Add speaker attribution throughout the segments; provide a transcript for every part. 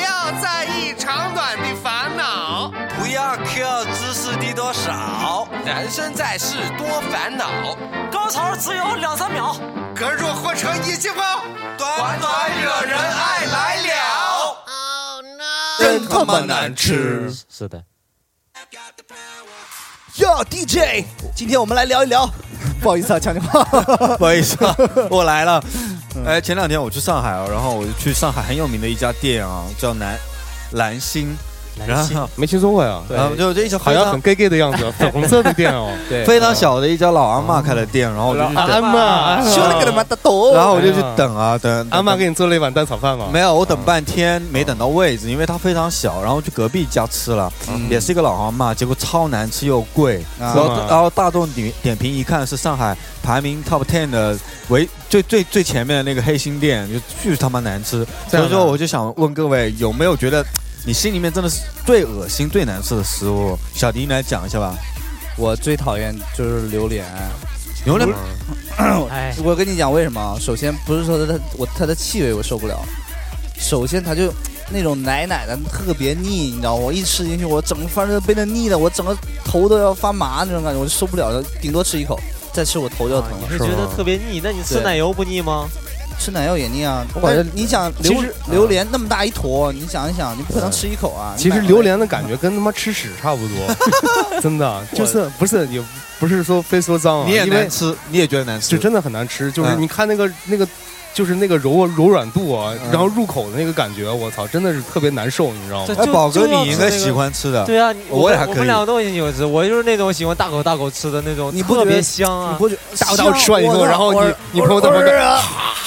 Speaker 1: 要在意长短的烦恼，
Speaker 2: 不要 care 知识的多少，
Speaker 3: 人生在世多烦恼，
Speaker 4: 高潮只有两三秒，
Speaker 1: 可若活成一气泡，
Speaker 2: 短短惹人爱来了，
Speaker 5: 真他妈难吃！
Speaker 3: 是的，
Speaker 5: 哟，DJ，今天我们来聊一聊。 不好意思啊，强尼炮。
Speaker 6: 不好意思、 啊，我来了。哎，前两天我去上海啊，然后我就去上海很有名的一家店啊，叫南蓝星，然后
Speaker 7: 没听说过呀，啊
Speaker 6: 然后就这一家
Speaker 7: 好
Speaker 6: 非
Speaker 7: 像很
Speaker 6: 常
Speaker 7: gay gay 的 样子，粉红色的店哦，对，
Speaker 6: 非常小的一家老阿嬷开的店，然后我就去
Speaker 7: 哦阿
Speaker 6: 等，
Speaker 7: 妈，
Speaker 5: 修了个他妈的头！
Speaker 6: 然后我就去等啊等，
Speaker 7: 阿妈
Speaker 6: 给
Speaker 7: 给你做了一碗蛋炒饭吗？
Speaker 6: 啊没有，我等半天没等到位置，因为它非常小，然后去隔壁家吃了，也是一个老阿嬷，结果超难吃又贵，然后
Speaker 7: 是吗
Speaker 6: 然后大众点点评一看是上海排名 top ten 的为最最最前面的那个黑心店，就巨他妈难吃，
Speaker 7: 这
Speaker 6: 所
Speaker 7: 样
Speaker 6: 以
Speaker 7: 的
Speaker 6: 说我就想问各位有没有觉得？你心里面真的是最恶心、最难吃的食物，小迪你来讲一下吧。
Speaker 5: 我最讨厌就是榴莲。
Speaker 6: 牛奶
Speaker 3: 哎，
Speaker 5: 我跟你讲为什么啊？首先不是说它的我它的气味我受不了，首先它就那种奶奶的特别腻，你知道吗我一吃进去，我整个反正被那腻的，我整个头都要发麻那种感觉，我就受不了了。顶多吃一口，再吃我头就要
Speaker 7: 啊
Speaker 5: 疼
Speaker 3: 你
Speaker 5: 了。
Speaker 3: 是觉得特别腻？那你吃奶油不腻吗？
Speaker 5: 吃奶油也腻啊！
Speaker 7: 我感
Speaker 5: 但
Speaker 7: 觉
Speaker 5: 是你想
Speaker 7: 其
Speaker 5: 榴
Speaker 7: 实
Speaker 5: 榴莲那么大一坨，你想一想，你不可能吃一口啊。
Speaker 7: 啊嗯其实
Speaker 5: 你买回来
Speaker 7: 榴莲的感觉跟他妈吃屎差不 多，真的就是不是也不是说非说脏啊，
Speaker 6: 你也
Speaker 7: 因为
Speaker 6: 难吃，你也觉得难吃
Speaker 7: 就，真的很难吃，就是
Speaker 6: 嗯
Speaker 7: 你看那个那个。就是那个柔柔软度啊，
Speaker 6: 嗯
Speaker 7: 然后入口的那个感觉，我操，真的是特别难受，你知道吗
Speaker 3: 这？
Speaker 6: 哎，
Speaker 3: 就
Speaker 6: 宝哥
Speaker 3: 就要
Speaker 6: 你
Speaker 3: 吃
Speaker 6: 应该
Speaker 3: 那个
Speaker 6: 喜欢吃的。
Speaker 3: 对啊，你
Speaker 6: 我也还
Speaker 3: 我
Speaker 6: 可以
Speaker 3: 们两个都很喜欢吃，我就是那种喜欢大口大口吃的那种，
Speaker 5: 你不
Speaker 3: 特
Speaker 5: 觉
Speaker 3: 别
Speaker 5: 得
Speaker 3: 香
Speaker 5: 你
Speaker 3: 啊。
Speaker 5: 不觉
Speaker 7: 大口大口吃完以
Speaker 5: 香
Speaker 7: 后，
Speaker 5: 我
Speaker 7: 然后你你朋友在旁边，
Speaker 5: 啊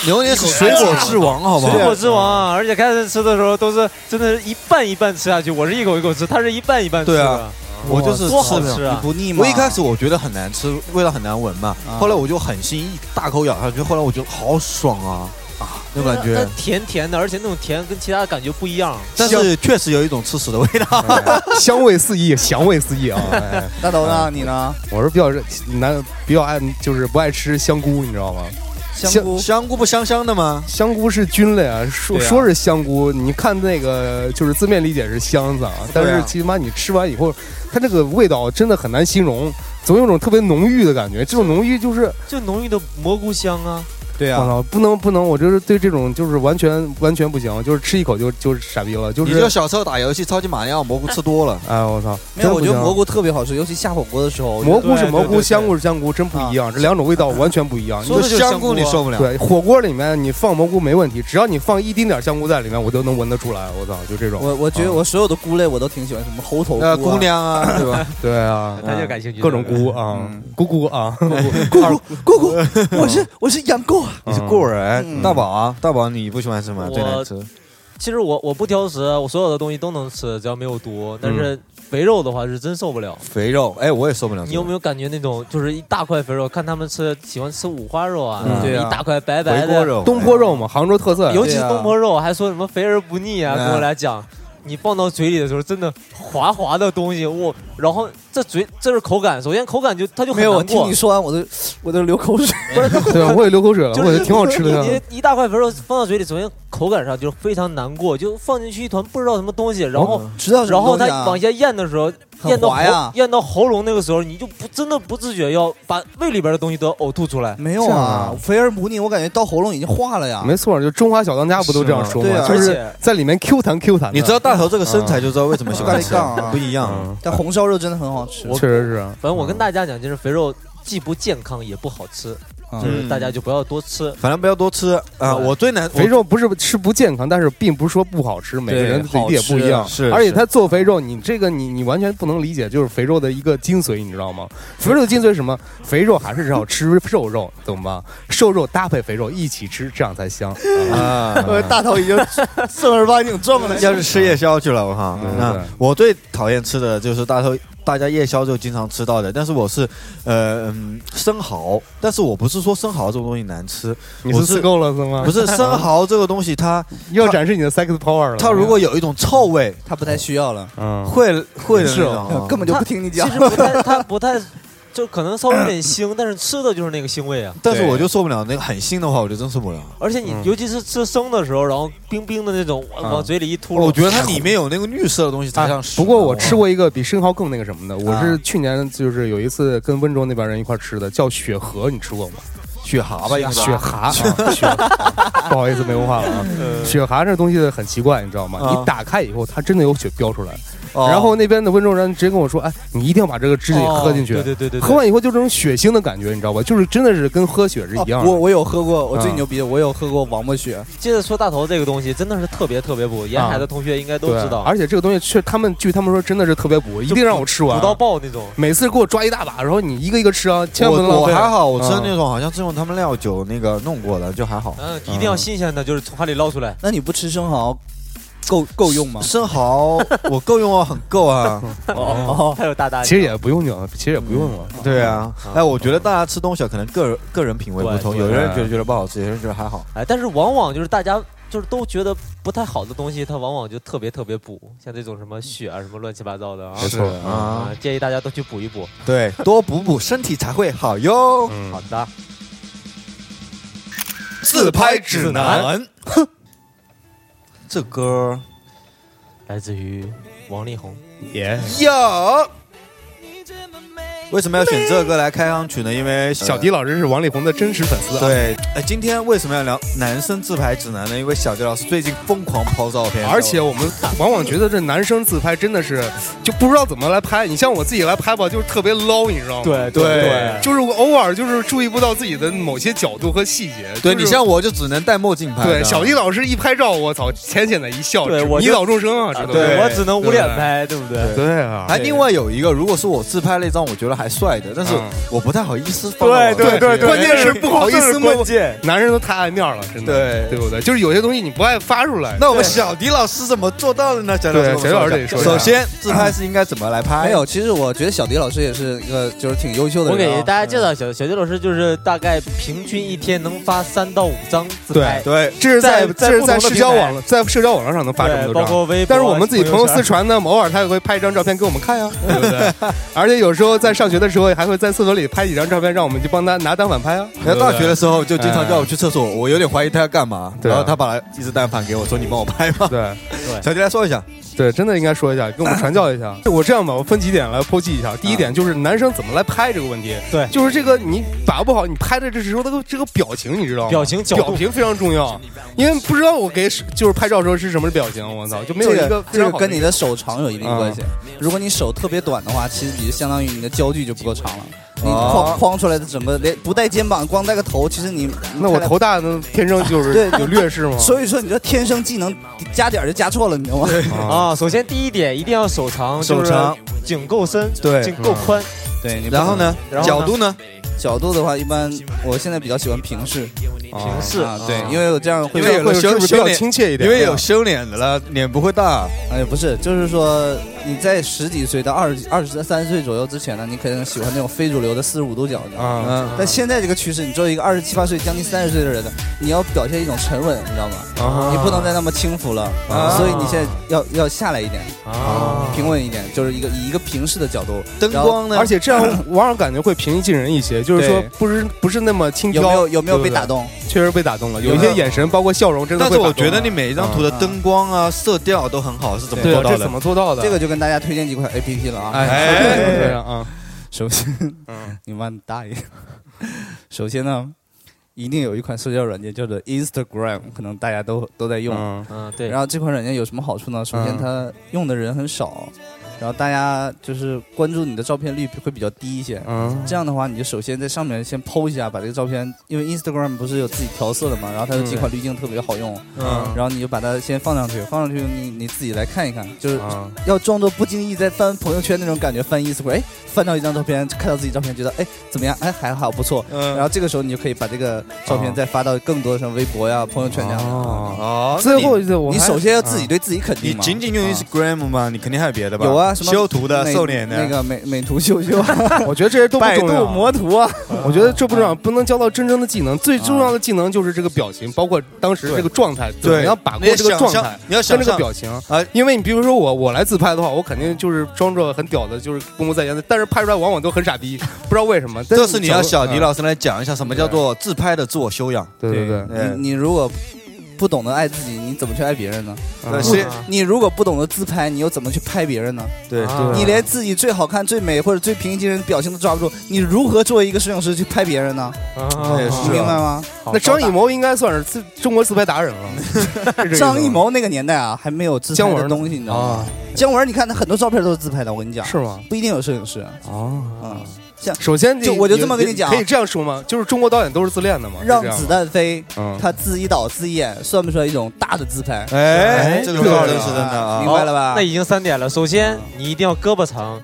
Speaker 6: 榴莲是水哎果之王，好不好
Speaker 3: 水？果之王啊！而且开始吃的时候都是真的是一半一半吃下去，我是一口一口吃，他是一半一半吃
Speaker 6: 对
Speaker 3: 的。
Speaker 6: 啊我就是
Speaker 3: 多
Speaker 6: 吃
Speaker 3: 好
Speaker 6: 不了
Speaker 3: 吃
Speaker 5: 你
Speaker 3: 啊！
Speaker 5: 不腻吗？
Speaker 6: 我一开始我觉得很难吃，味道很难闻嘛。
Speaker 5: 啊
Speaker 6: 后来我就狠心一大口咬下去，后来我觉得好爽啊啊，那种感觉
Speaker 3: 它。甜甜的，而且那种甜跟其他的感觉不一样。
Speaker 6: 但是确实有一种吃屎的味道。
Speaker 7: 哎 香味四溢，香味四溢啊！哎
Speaker 5: 大头呢？你呢？
Speaker 7: 我是比较难，比较爱就是不爱吃香菇，你知道吗？
Speaker 5: 香菇
Speaker 6: 香菇不香香的吗？
Speaker 7: 香菇是菌类啊，说、
Speaker 6: 对啊
Speaker 7: 说是香菇，你看那个就是字面理解是香子啊，但
Speaker 6: 对
Speaker 7: 是
Speaker 6: 啊
Speaker 7: 其实妈你吃完以后，它这个味道真的很难形容，总有种特别浓郁的感觉。这种浓郁就是
Speaker 3: 就浓郁的蘑菇香啊！
Speaker 6: 对
Speaker 7: 我操、，不能不能，我就是对这种就是完全完全不行，就是吃一口就就是傻逼了，就
Speaker 6: 你就是小时候打游戏超级马里奥蘑菇吃多了，
Speaker 7: 哎我操，
Speaker 5: 没有，
Speaker 7: 真不
Speaker 5: 我觉得
Speaker 7: 行
Speaker 5: 蘑菇特别好吃，尤其下火锅的时候。我觉得
Speaker 7: 蘑菇是
Speaker 3: 对
Speaker 7: 蘑
Speaker 3: 对
Speaker 7: 菇，
Speaker 3: 对
Speaker 7: 香菇是香菇，真不一样，这两种味道完全不一样。你
Speaker 3: 说的
Speaker 6: 就
Speaker 3: 就是
Speaker 6: 香
Speaker 3: 香菇
Speaker 6: 菇
Speaker 3: 啊
Speaker 6: 你受不了。
Speaker 7: 对，火锅里面你放蘑菇没问题，只要你放一丁点香菇在里面，我都能闻得出来。我操，就这种。
Speaker 5: 我我觉得
Speaker 7: 啊
Speaker 5: 我所有的菇类我都挺喜欢，什么猴头菇、啊、
Speaker 6: 呃，姑娘啊，对吧？
Speaker 7: 对啊，
Speaker 3: 大家感兴趣，
Speaker 7: 各种菇啊
Speaker 6: 嗯，
Speaker 7: 菇菇啊，
Speaker 5: 姑姑姑姑， 我是我是养狗啊。
Speaker 6: 你是过人。
Speaker 5: 嗯
Speaker 6: 大宝啊，大宝你不喜欢吃吗？
Speaker 3: 我
Speaker 6: 最难吃。
Speaker 3: 其实我我不挑食，啊我所有的东西都能吃，只要没有毒。但是肥肉的话是真受不了。
Speaker 6: 肥肉，哎，我也受不了。
Speaker 3: 你有没有感觉那种就是一大块肥肉？看他们吃喜欢吃五花肉啊，
Speaker 6: 嗯
Speaker 3: 就是
Speaker 5: 对啊
Speaker 3: 一大块白白
Speaker 6: 回锅
Speaker 3: 的，
Speaker 6: 肉？
Speaker 7: 东坡肉嘛，杭州特 色。
Speaker 3: 尤其是
Speaker 5: 对啊
Speaker 3: 东坡肉，还说什么肥而不腻啊，
Speaker 6: 嗯
Speaker 3: 跟我来讲。你放到嘴里的时候，真的滑滑的东西，我然后这嘴这是口感，首先口感就它就很
Speaker 5: 没有，我
Speaker 3: 难
Speaker 5: 听
Speaker 3: 过
Speaker 5: 你，说完我都我都流口水。
Speaker 7: 对，我也流口水了，
Speaker 3: 就
Speaker 7: 我
Speaker 3: 是
Speaker 7: 也挺好吃的
Speaker 3: 你
Speaker 5: 啊
Speaker 7: 呀。
Speaker 3: 你一大块肥肉放到嘴里，首先口感上就是非常难过，就放进去一团不知道什么东西，然后
Speaker 5: 知道什
Speaker 3: 然
Speaker 5: 么
Speaker 3: 后它
Speaker 5: 东西啊
Speaker 3: 往下咽的时候，
Speaker 5: 很
Speaker 3: 咽到
Speaker 5: 滑呀
Speaker 3: 喉咽到喉咙那个时候，你就不真的不自觉要把胃里边的东西都要呕吐出来。
Speaker 5: 没有
Speaker 7: 这样
Speaker 5: 啊
Speaker 7: 啊，
Speaker 5: 肥而不腻，我感觉到喉咙已经化了呀。
Speaker 7: 没错，就中华小当家不都这样说
Speaker 5: 是
Speaker 7: 吗？
Speaker 5: 啊
Speaker 7: 就
Speaker 3: 对
Speaker 7: 是
Speaker 3: 啊
Speaker 7: 在里面 Q 弹 Q 弹的。
Speaker 6: 你知道大头这个身材就知道为什么喜欢吃
Speaker 5: 嗯嗯嗯，
Speaker 6: 哎 不一样。啊
Speaker 7: 嗯，
Speaker 5: 但红烧肉真的很好吃。哎
Speaker 7: 确实是。
Speaker 3: 反正我跟大家讲，就是肥肉既不健康也不好吃，
Speaker 6: 啊
Speaker 5: 嗯
Speaker 3: 就是大家就不要多吃。
Speaker 6: 反正不要多吃啊！我最难
Speaker 7: 肥肉不是吃不健康，但是并不是说不好吃，每个人
Speaker 5: 好
Speaker 7: 理解不一样。
Speaker 6: 吃是
Speaker 7: 而且
Speaker 6: 是
Speaker 7: 他做肥肉，你这个你你完全不能理解，就是肥肉的一个精髓，你知道吗？肥肉的精髓是什么？肥肉还是要吃瘦肉，懂吗？瘦肉搭配肥肉一起吃，这样才香。
Speaker 6: 啊，
Speaker 5: 呃，大头已经 正儿八经撞了。
Speaker 6: 要是吃夜宵去了，我靠！
Speaker 7: 嗯
Speaker 6: 那
Speaker 7: 对
Speaker 6: 我最讨厌吃的就是大头，大家夜宵就经常吃到的。但是我是，呃，嗯生蚝，但是我不是说生蚝这种东西难吃，
Speaker 7: 你
Speaker 6: 我
Speaker 7: 是
Speaker 6: 是
Speaker 7: 吃够了是吗？
Speaker 6: 不 是生蚝这个东西它，
Speaker 7: 又要展示你的 sex power 了。
Speaker 6: 它如果有一种臭味，
Speaker 5: 他不太需要了，
Speaker 7: 嗯，
Speaker 6: 会会的那
Speaker 7: 是
Speaker 6: 种啊
Speaker 5: 哎 根本就不听你讲
Speaker 3: 哎 其。实不太，它不太就可能稍微有 点腥，但是吃的就是那个腥味啊。
Speaker 6: 但是我就受不了那个很腥的话，我就真受不了。
Speaker 3: 而且你
Speaker 7: 嗯
Speaker 3: 尤其是吃生的时候，然后冰冰的那种往
Speaker 6: 啊
Speaker 3: 往嘴里一
Speaker 7: 哦
Speaker 3: 吐，
Speaker 6: 我觉啊得它里面有那个绿色的东西才像屎呢。
Speaker 7: 啊不过我吃过一个比生蚝更那个什么的，我是去年就是有一次跟温州那边人一块吃的，叫雪蛤，你吃过吗？
Speaker 6: 血蛤吧，应该
Speaker 7: 雪蛤，啊雪蛤， 不好意思，没文化了啊。雪蛤这东西很奇怪，你知道吗？
Speaker 6: 啊
Speaker 7: 你打开以后，它真的有血飙出来。
Speaker 6: 哦
Speaker 7: 然后那边的温州人直接跟我说：“哎，你一定要把这个汁给喝进去。
Speaker 3: 哦对对对对对
Speaker 7: 喝完以后就这种血腥的感觉，你知道吧？就是真的是跟喝血是一样的。
Speaker 5: 啊我我有喝过，我最
Speaker 7: 嗯
Speaker 5: 牛逼的，我有喝过王八血，
Speaker 3: 接着说大头这个东西，真的是特别特别补，沿海的同学应该都
Speaker 7: 啊对
Speaker 3: 知道，
Speaker 7: 而且这个东西确，他们据他们说真的是特别补，一定让我吃完啊
Speaker 3: 补。到爆那种。
Speaker 7: 每次给我抓一大把，然后你一个一个吃啊，千万不能
Speaker 6: 我
Speaker 7: 浪
Speaker 6: 我
Speaker 7: 费。
Speaker 6: 还好，我吃的那
Speaker 7: 嗯
Speaker 6: 种好像是用他们料酒那个弄过的，就还好。
Speaker 3: 嗯，一定要新鲜的，就是从海里捞出来。
Speaker 5: 那你不吃生蚝，够够用吗？
Speaker 6: 生蚝我够用啊，很够啊。
Speaker 3: 哦， 还有大大，
Speaker 7: 其实也不用拧，其实也不用了。
Speaker 6: 对啊，哎，我觉得大家吃东西可能个人个人品味不同，
Speaker 3: 对
Speaker 6: 有
Speaker 7: 对
Speaker 6: 的人觉得觉得不好吃，有的人觉得还好。
Speaker 3: 哎，但是往往就是大家就是都觉得不太好的东西，它往往就特别特别补，像这种什么血啊，什么乱七八糟的啊。
Speaker 7: 没错
Speaker 6: 是啊
Speaker 3: 啊，，建议大家都去补一补。
Speaker 6: 对，多补补身体才会好哟。
Speaker 7: 嗯
Speaker 3: 好的，
Speaker 6: 自拍指南，这歌
Speaker 3: 来自于王力宏。
Speaker 7: 耶，
Speaker 6: 有。为什么要选这歌来开场曲呢？因为
Speaker 7: 嗯小迪老师是王力宏的真实粉丝啊。
Speaker 6: 对，哎，今天为什么要聊男生自拍指南呢？因为小迪老师最近疯狂抛照片，
Speaker 7: 而且我们往往觉得这男生自拍真的是就不知道怎么来拍。你像我自己来拍吧，就是特别捞，你知道吗？
Speaker 3: 对
Speaker 6: 对
Speaker 7: 就是我偶尔就是注意不到自己的某些角度和细节。
Speaker 6: 对
Speaker 7: 就是
Speaker 6: 你像我就只能戴墨镜拍的，
Speaker 7: 对小迪老师一拍照，我操，浅浅的一笑，
Speaker 3: 对我就
Speaker 7: 迷倒众生啊，这都是
Speaker 6: 对
Speaker 3: 我只能捂脸拍，对不对？
Speaker 7: 对啊，
Speaker 6: 还另外有一个，如果是我自拍那张，我觉得还帅的，但是
Speaker 7: 嗯
Speaker 6: 我不太好意思放到我的照片。
Speaker 7: 关键是不好意思摸
Speaker 3: 关键。
Speaker 7: 男人都太爱面了，真的，
Speaker 6: 对
Speaker 7: 对不对？就是有些东西你不爱发出来，
Speaker 6: 那我们小迪老师怎么做到的呢？小
Speaker 7: 对
Speaker 6: 迪老师跟我
Speaker 7: 小迪老师
Speaker 6: 一
Speaker 7: 得说一
Speaker 6: 下，
Speaker 7: 下
Speaker 6: 首先自拍是应该怎么来拍？
Speaker 5: 没有，其实我觉得小迪老师也是一个就是挺优秀的
Speaker 3: 我
Speaker 5: 人啊。
Speaker 3: 给大家介绍小小杰老师，就是大概平均一天能发三到五张自拍，
Speaker 6: 对，
Speaker 7: 这是在
Speaker 3: 在
Speaker 7: 这是
Speaker 3: 不同
Speaker 7: 在
Speaker 3: 的
Speaker 7: 社
Speaker 3: 平
Speaker 7: 交
Speaker 3: 台
Speaker 7: 网络在社交网络上能发这么
Speaker 3: 对
Speaker 7: 多
Speaker 3: 包
Speaker 7: 张。
Speaker 3: 括微博啊。
Speaker 7: 但是我们自己朋友私
Speaker 3: 圈
Speaker 7: 传呢，偶尔他也会拍一张照片给我们看呀、对不对？ 而且有时候在上学的时候，还会在厕所里拍几张照片，让我们去帮他拿当反拍啊。
Speaker 6: 然后大学的
Speaker 7: 的，
Speaker 6: 时候就经常叫我去厕所，我有点怀疑他要干嘛，
Speaker 7: 对啊
Speaker 6: 然后他把一只单反给我说：“你帮我拍吧。
Speaker 7: 对”
Speaker 6: 小迪来说一下，
Speaker 7: 对，真的应该说一下，跟我们传教一下。我这样吧，我分几点来剖析一下。第一点就是男生怎么来拍这个问题，
Speaker 3: 对
Speaker 7: 就是这个你把握不好，你拍的这时候那个这个表情，你知道吗？
Speaker 3: 表情角
Speaker 7: 表
Speaker 3: 度，
Speaker 7: 情非常重要，因为不知道我给就是拍照的时候是什么表情，我操，就没有一
Speaker 5: 这
Speaker 7: 个非
Speaker 5: 这
Speaker 7: 常
Speaker 5: 个
Speaker 7: 好的
Speaker 5: 跟你的手长有一定关系。如果你手特别短的话，其实你就相当于你的焦距就不够长了。你
Speaker 6: 哦
Speaker 5: 框框出来的整个连不带肩膀，光带个头，其实你
Speaker 7: 那我。头大呢，天生就是
Speaker 5: 对
Speaker 7: 有劣势吗？
Speaker 5: 所以说，你这天生技能加点儿就加错了，你知道吗？
Speaker 3: 啊，首先第一点一定要手长，
Speaker 6: 手长，
Speaker 3: 颈够深，
Speaker 6: 对
Speaker 3: 颈够宽，
Speaker 5: 对，你不
Speaker 6: 然后呢，
Speaker 3: 然后呢
Speaker 6: 角度呢？
Speaker 5: 角度的话，一般我现在比较喜欢平视
Speaker 3: 平视
Speaker 5: 啊，对，因为我这样会
Speaker 6: 因为有了
Speaker 7: 会是
Speaker 6: 修
Speaker 7: 不是比
Speaker 6: 修
Speaker 7: 较
Speaker 6: 脸，
Speaker 7: 亲切一点？
Speaker 6: 因为有修脸的了，脸不会大。
Speaker 5: 哎，不是，就是说你在十几岁到二十二十三岁左右之前呢，你可能喜欢那种非主流的四十五度角的。
Speaker 7: 啊，
Speaker 6: 嗯，
Speaker 5: 但现在这个趋势，你作为一个二十七八岁、将近三十岁的人呢，你要表现一种沉稳，你知道吗？
Speaker 7: 啊
Speaker 5: 你不能再那么轻浮了，
Speaker 7: 啊
Speaker 5: 所以你现在要要下来一点，
Speaker 3: 啊，
Speaker 5: 平稳一点，就是一个以一个平视的角度。
Speaker 6: 灯
Speaker 5: 然后
Speaker 6: 光呢？
Speaker 7: 而且这样往往感觉会平易近人一些，就是说
Speaker 5: 对
Speaker 7: 不是不是那么轻
Speaker 5: 有没
Speaker 7: 佻
Speaker 5: 有。有没有被打动？
Speaker 7: 确实被打动了，有
Speaker 6: 有
Speaker 7: 一
Speaker 6: 没
Speaker 7: 些
Speaker 6: 有
Speaker 7: 眼神包括笑容真的
Speaker 6: 但
Speaker 7: 会
Speaker 6: 是
Speaker 7: 打动
Speaker 6: 我
Speaker 7: 了。
Speaker 6: 觉得你每一张图的灯光啊、色调都很好，是怎么
Speaker 7: 对
Speaker 6: 做
Speaker 7: 啊
Speaker 6: 到
Speaker 7: 这
Speaker 6: 的
Speaker 7: 怎？么做到的？
Speaker 5: 这个就跟大家推荐几款 A P P 了啊。
Speaker 7: 哎，
Speaker 6: 哎
Speaker 7: 对啊啊，
Speaker 5: 首先，你妈你大爷！首先呢，一定有一款社交软件叫做 Instagram，可能大家都都在用。
Speaker 7: 嗯
Speaker 3: 嗯，对
Speaker 5: 然，后这款软件有什么好处呢？首先它用的人很少，然后大家就是关注你的照片率会比较低一些。
Speaker 7: 嗯
Speaker 5: 这样的话，你就首先在上面先剖一下，把这个照片，因为 Instagram 不是有自己调色的嘛，然后它有几款滤镜特别好用，
Speaker 7: 嗯
Speaker 5: 然后你就把它先放上去，放上去你你自己来看一看，就是
Speaker 7: 啊，
Speaker 5: 要装作不经意在翻朋友圈那种感觉，翻 Instagram，哎，翻到一张照片，看到自己照片，觉得哎怎么样？哎还好不错。
Speaker 6: 嗯
Speaker 5: 然后这个时候你就可以把这个照片再发到更多的像微博呀、朋友圈呀。
Speaker 7: 哦，
Speaker 6: 哦，
Speaker 7: 最后一次我
Speaker 5: 啊你
Speaker 7: 还
Speaker 5: 首先要自己对自己肯定
Speaker 6: 你
Speaker 5: 嘛。
Speaker 6: 仅仅用
Speaker 5: 啊
Speaker 6: Instagram 吗？你肯定还有别的吧？
Speaker 5: 有，啊，啊，什么
Speaker 6: 修图的
Speaker 5: 美
Speaker 6: 瘦脸的
Speaker 5: 那个美美图秀秀啊，
Speaker 7: 我觉得这些都不
Speaker 5: 百
Speaker 7: 重
Speaker 5: 度
Speaker 7: 要。
Speaker 5: 魔图啊，
Speaker 7: 我觉得这不重要，不能教到真正的技能。最重要的技能就是这个表情，包括当时这个状态，
Speaker 6: 对
Speaker 7: 你要把握
Speaker 6: 你也
Speaker 7: 这个
Speaker 6: 想
Speaker 7: 状
Speaker 6: 象
Speaker 7: 态，
Speaker 6: 你要想
Speaker 7: 跟这
Speaker 6: 象
Speaker 7: 个表情
Speaker 6: 啊
Speaker 7: 因为你比如说我，我来自拍的话，我肯定就是装作很屌的，就是公布在言的，但是拍出来往往都很傻逼，不知道为什么。但
Speaker 6: 这是你要小迪
Speaker 7: 了，
Speaker 6: 老师来讲一下什么叫做自拍的自我修养。
Speaker 7: 嗯对对嗯对，
Speaker 6: 哎
Speaker 5: 你你如果不懂得爱自己，你怎么去爱别人呢？
Speaker 6: 呃
Speaker 7: 嗯
Speaker 6: 是
Speaker 5: 你如果不懂得自拍，你又怎么去拍别人呢？
Speaker 6: 对
Speaker 3: 啊
Speaker 5: 你连自己最好看、最美或者最平易近人的表情都抓不住，你如何作为一个摄影师去拍别人呢？
Speaker 3: 啊
Speaker 6: 也是
Speaker 5: 你明白吗？
Speaker 3: 好
Speaker 7: 那张艺谋应该算是自中国自拍达人了。 是这个意思吗
Speaker 5: 张艺谋那个年代啊，还没有自
Speaker 7: 姜
Speaker 5: 拍
Speaker 7: 文
Speaker 5: 的
Speaker 7: 呢
Speaker 5: 东西，你知道吗？
Speaker 7: 啊，
Speaker 5: 姜文，你看他很多照片都是自拍的，我跟你讲，
Speaker 7: 是吗？
Speaker 5: 不一定有摄影师啊。
Speaker 7: 啊，
Speaker 5: 嗯
Speaker 7: 首先你
Speaker 5: 就我就这么跟你讲
Speaker 7: 可以这样说吗？就是中国导演都是自恋的嘛，是
Speaker 5: 让
Speaker 7: 这样吗
Speaker 5: 子弹飞，
Speaker 7: 嗯，
Speaker 5: 他自己导自己演，算不算一种大的自拍？
Speaker 6: 哎，这个
Speaker 7: 对
Speaker 6: 道理是真的啊
Speaker 5: 明。白了吧
Speaker 3: 那已经三点了。首先，你一定要胳膊长；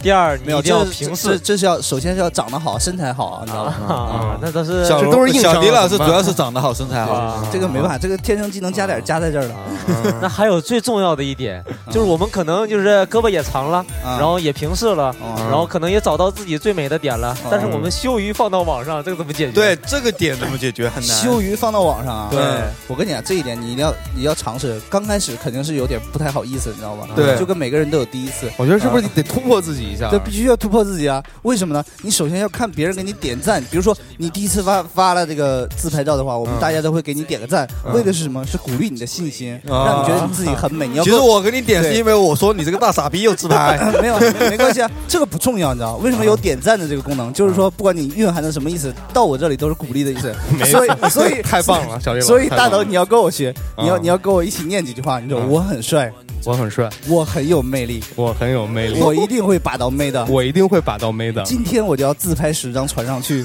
Speaker 3: 第二，你
Speaker 5: 没有，
Speaker 3: 一定要
Speaker 5: 这是
Speaker 3: 平
Speaker 5: 这
Speaker 3: 视
Speaker 5: 这是要首先是要长得好，身材好啊，你知道吧？
Speaker 3: 啊
Speaker 7: 嗯。
Speaker 3: 那都是
Speaker 6: 小
Speaker 7: 这都是硬伤
Speaker 6: 小迪老师
Speaker 7: 怎
Speaker 6: 主
Speaker 7: 么办
Speaker 6: 要是长得好，身材好。
Speaker 3: 啊
Speaker 5: 这个没办法，这个天生技能加
Speaker 7: 啊
Speaker 5: 点儿加在这儿啊了。
Speaker 7: 嗯
Speaker 3: 那还有最重要的一点，就是我们可能就是胳膊也长了，
Speaker 5: 然
Speaker 3: 然后也平视了，
Speaker 5: 哦
Speaker 7: 嗯
Speaker 3: 然后可能也找到自己最美的点了
Speaker 5: 嗯，
Speaker 3: 但是我们羞于放到网上，这个怎么解决？
Speaker 7: 啊
Speaker 6: 对，这个点怎么解决很难。
Speaker 5: 羞于放到网上啊。
Speaker 6: 对，
Speaker 5: 我跟你讲这一点，你一定要你要尝试。刚开始肯定是有点不太好意思，你知道吧？
Speaker 6: 对
Speaker 5: 就跟每个人都有第一次。
Speaker 7: 我觉得是不
Speaker 6: 啊
Speaker 7: 是得突破自己一下？
Speaker 5: 对，必须要突破自己啊！为什么呢？你首先要看别人给你点赞，比如说你第一次发发了这个自拍照的话，我
Speaker 7: 嗯
Speaker 5: 们大家都会给你点个赞，为的是什么？是鼓励你的信心，
Speaker 6: 啊
Speaker 5: 让你觉得你自己很美。你要
Speaker 6: 其
Speaker 5: 够
Speaker 6: 实我给你点是
Speaker 5: 对
Speaker 6: 因为我说你这个大傻逼又自拍。
Speaker 5: 没有没没关系啊，这个不重要，你知道为什么有点赞的这个功能？就是说，不管你蕴含的什么意思，到我这里都是鼓励的意思。所以所以
Speaker 7: 太棒了，小李老师。嗯
Speaker 5: 所以
Speaker 7: 太棒
Speaker 5: 大
Speaker 7: 了
Speaker 5: 头你要跟我学，你要
Speaker 7: 嗯
Speaker 5: 你要跟我一起念几句话，你说
Speaker 7: 嗯
Speaker 5: 我很帅，
Speaker 7: 我很帅，
Speaker 5: 我很有魅力，
Speaker 7: 我很有魅力，
Speaker 5: 我一定会把到妹的。
Speaker 7: 哎我一定会把到妹的。
Speaker 5: 今天我就要自拍十张传上去，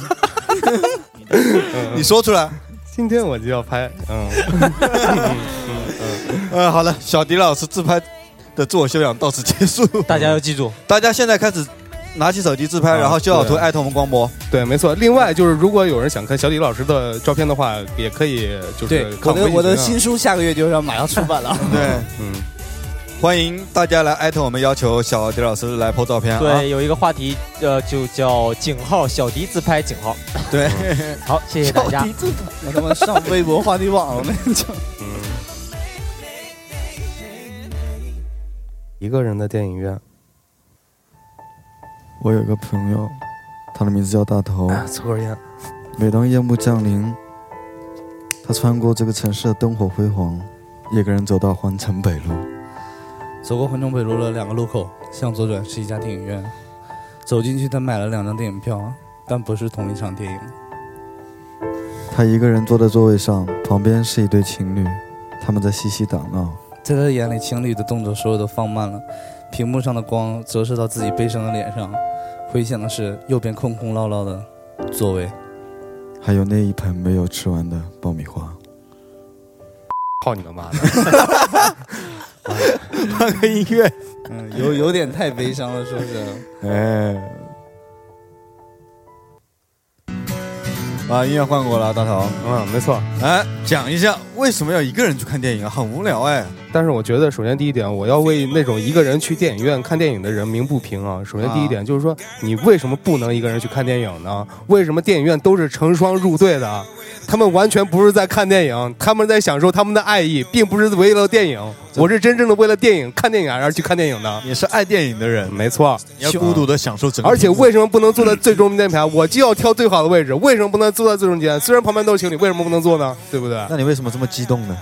Speaker 6: 你说出来。
Speaker 7: 今天我就要拍， 嗯，
Speaker 6: 呃，好了，小迪老师自拍的自我修养到此结束。
Speaker 3: 大家要记住，
Speaker 6: 大家现在开始拿起手机自拍，
Speaker 7: 啊
Speaker 6: 然后修好图
Speaker 7: 对
Speaker 6: 艾特我们光 博。
Speaker 7: 对，没错。另外就是，如果有人想看小李老师的照片的话，也可以就是看
Speaker 5: 我的
Speaker 7: 微信
Speaker 5: 我的
Speaker 7: 群啊
Speaker 5: 新书下个月就要马上出版了。
Speaker 6: 对，
Speaker 7: 嗯，
Speaker 6: 欢迎大家来艾特我们，要求小迪老师来 po 照片啊。
Speaker 3: 对，有一个话题，呃，就叫井号小迪自拍井号。
Speaker 6: 对，
Speaker 3: 好，谢谢大家。
Speaker 5: 我他妈上微博话题网了，那就
Speaker 7: 一个人的电影院，
Speaker 8: 我有个朋友，他的名字叫大头。
Speaker 7: 抽根烟，
Speaker 8: 每当夜幕降临，他穿过这个城市的灯火辉煌，一个人走到环城北路。
Speaker 5: 走过环城北路的两个路口，向左转是一家电影院，走进去他买了两张电影票，但不是同一场电影。
Speaker 8: 他一个人坐在座位上，旁边是一对情侣，他们在嬉戏打闹。
Speaker 5: 在他的眼里，情侣的动作所有都放慢了，屏幕上的光折射到自己悲伤的脸上。回想的是右边空空落落的座位。
Speaker 8: 还有那一盆没有吃完的爆米花。
Speaker 7: 操你个妈的！
Speaker 6: 放个音乐。
Speaker 5: 嗯，有有点太悲伤了，是不 是？
Speaker 8: 哎，
Speaker 6: 啊把音乐换过了，大头。
Speaker 7: 嗯，没错。
Speaker 6: 哎，讲一下为什么要一个人去看电影啊？很无聊哎。
Speaker 7: 但是我觉得，首先第一点，我要为那种一个人去电影院看电影的人鸣不平啊。首先第一点就是说，你为什么不能一个人去看电影呢？为什么电影院都是成双入对的？他们完全不是在看电影，他们在享受他们的爱意，并不是为了电影。我是真正的为了电影看电影而去看电影的，
Speaker 6: 你是爱电影的人，
Speaker 7: 没错。
Speaker 6: 你要孤独的享受 整个。
Speaker 7: 嗯啊而且为什么不能坐在最中间排？我就要挑最好的位置。为什么不能坐在最中间？虽然旁边都是情侣，为什么不能坐呢？对不对？
Speaker 6: 那你为什么这么激动呢？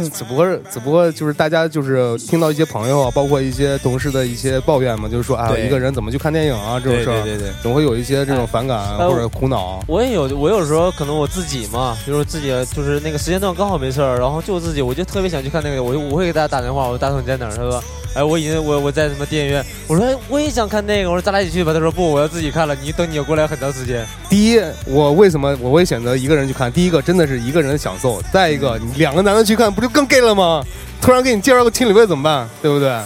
Speaker 7: 只不过是，只不过就是大家就是听到一些朋友啊，包括一些同事的一些抱怨嘛，就是说啊，
Speaker 5: 对
Speaker 7: 一个人怎么去看电影啊这种事儿，
Speaker 5: 对对，
Speaker 7: 总会有一些这种反感啊
Speaker 3: 哎
Speaker 7: 或者苦恼。
Speaker 3: 我也有，我有时候可能我自己嘛，比如说自己就是那个时间段刚好没事儿，然后就我自己，我就特别想去看那个，我就我会给大家打电话，我说大头你在哪儿？他说，哎，我已经我我在什么电影院，我说哎我也想看那个，我说咱俩一起去吧。他说不，我要自己看了，你等你过来很长时间。
Speaker 7: 第一，我为什么我会选择一个人去看？第一个真的是一个人的享受，再一个你两个男的去看，不就更 gay 了吗？突然给你介绍个情侣位怎么办？对不对？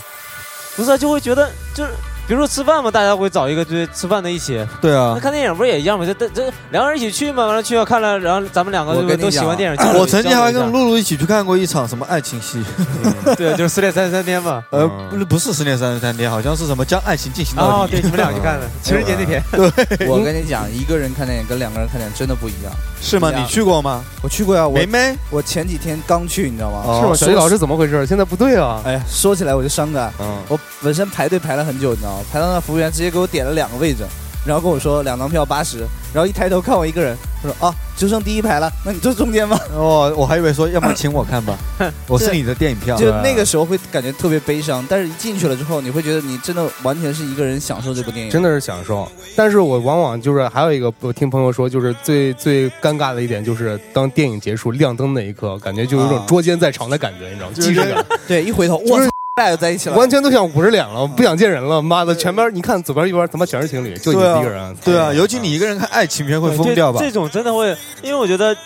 Speaker 3: 不是啊，就会觉得就是比如说吃饭嘛，大家会找一个就是吃饭的一起。
Speaker 6: 对啊
Speaker 3: 那，看电影不是也一样吗？这这这两个人一起去嘛，完了去了看了，然后咱们两个
Speaker 5: 我
Speaker 3: 对
Speaker 5: 跟
Speaker 3: 不对都
Speaker 5: 你
Speaker 3: 喜
Speaker 5: 讲
Speaker 3: 欢电影。交流
Speaker 6: 啊我曾经还
Speaker 3: 交流
Speaker 6: 跟
Speaker 3: 一
Speaker 6: 露露一起去看过一场什么爱情戏，
Speaker 3: 下对，就是失恋三十三天 嘛。
Speaker 6: 呃，
Speaker 7: 嗯
Speaker 6: 不是不是十年三十三天，好像是什么将爱情进行到
Speaker 3: 哦，
Speaker 6: 底。
Speaker 3: 对，你们俩去看的情人节 那天。
Speaker 5: 我跟你讲，一个人看电影跟两个人看电影真的不一样。
Speaker 6: 是吗？
Speaker 5: 对啊
Speaker 6: 你去过吗？
Speaker 5: 我去过呀，啊我
Speaker 6: 梅梅，
Speaker 5: 我前几天刚去，你知道吗？
Speaker 6: 哦
Speaker 7: 是吗？
Speaker 5: 说
Speaker 7: 小雨老师怎么回事？现在不对啊。
Speaker 5: 哎呀，说起来我就伤感。
Speaker 7: 嗯，
Speaker 5: 我本身排队排了很久，你知道吗？排到那服务员直接给我点了两个位置，然后跟我说两张票八十，然后一抬头看我一个人，他说啊，就剩第一排了，那你坐中间吧。
Speaker 6: 哦，我还以为说要么请我看吧，我是你的电影票。
Speaker 5: 就那个时候会感觉特别悲伤，但是一进去了之后，你会觉得你真的完全是一个人享受这部电影。
Speaker 7: 真的是享受。但是我往往就是还有一个，我听朋友说，就是最最尴尬的一点就是，当电影结束亮灯那一刻，感觉就有一种
Speaker 5: 啊
Speaker 7: 捉奸在床的感觉，你知道吗？
Speaker 6: 就是
Speaker 7: 即视感，
Speaker 5: 对，一回头，
Speaker 7: 就
Speaker 5: 我
Speaker 7: 是
Speaker 5: 操，俩又在一起了。
Speaker 7: 完全都想捂着脸了，不想见人了。妈的，全边你看左边右边他妈全是情侣，就你
Speaker 6: 对啊
Speaker 7: 一个人。
Speaker 6: 对啊，尤其你一个人看爱情片会
Speaker 3: 对
Speaker 6: 疯
Speaker 3: 这
Speaker 6: 掉吧？
Speaker 3: 这种真的会，因为我觉得，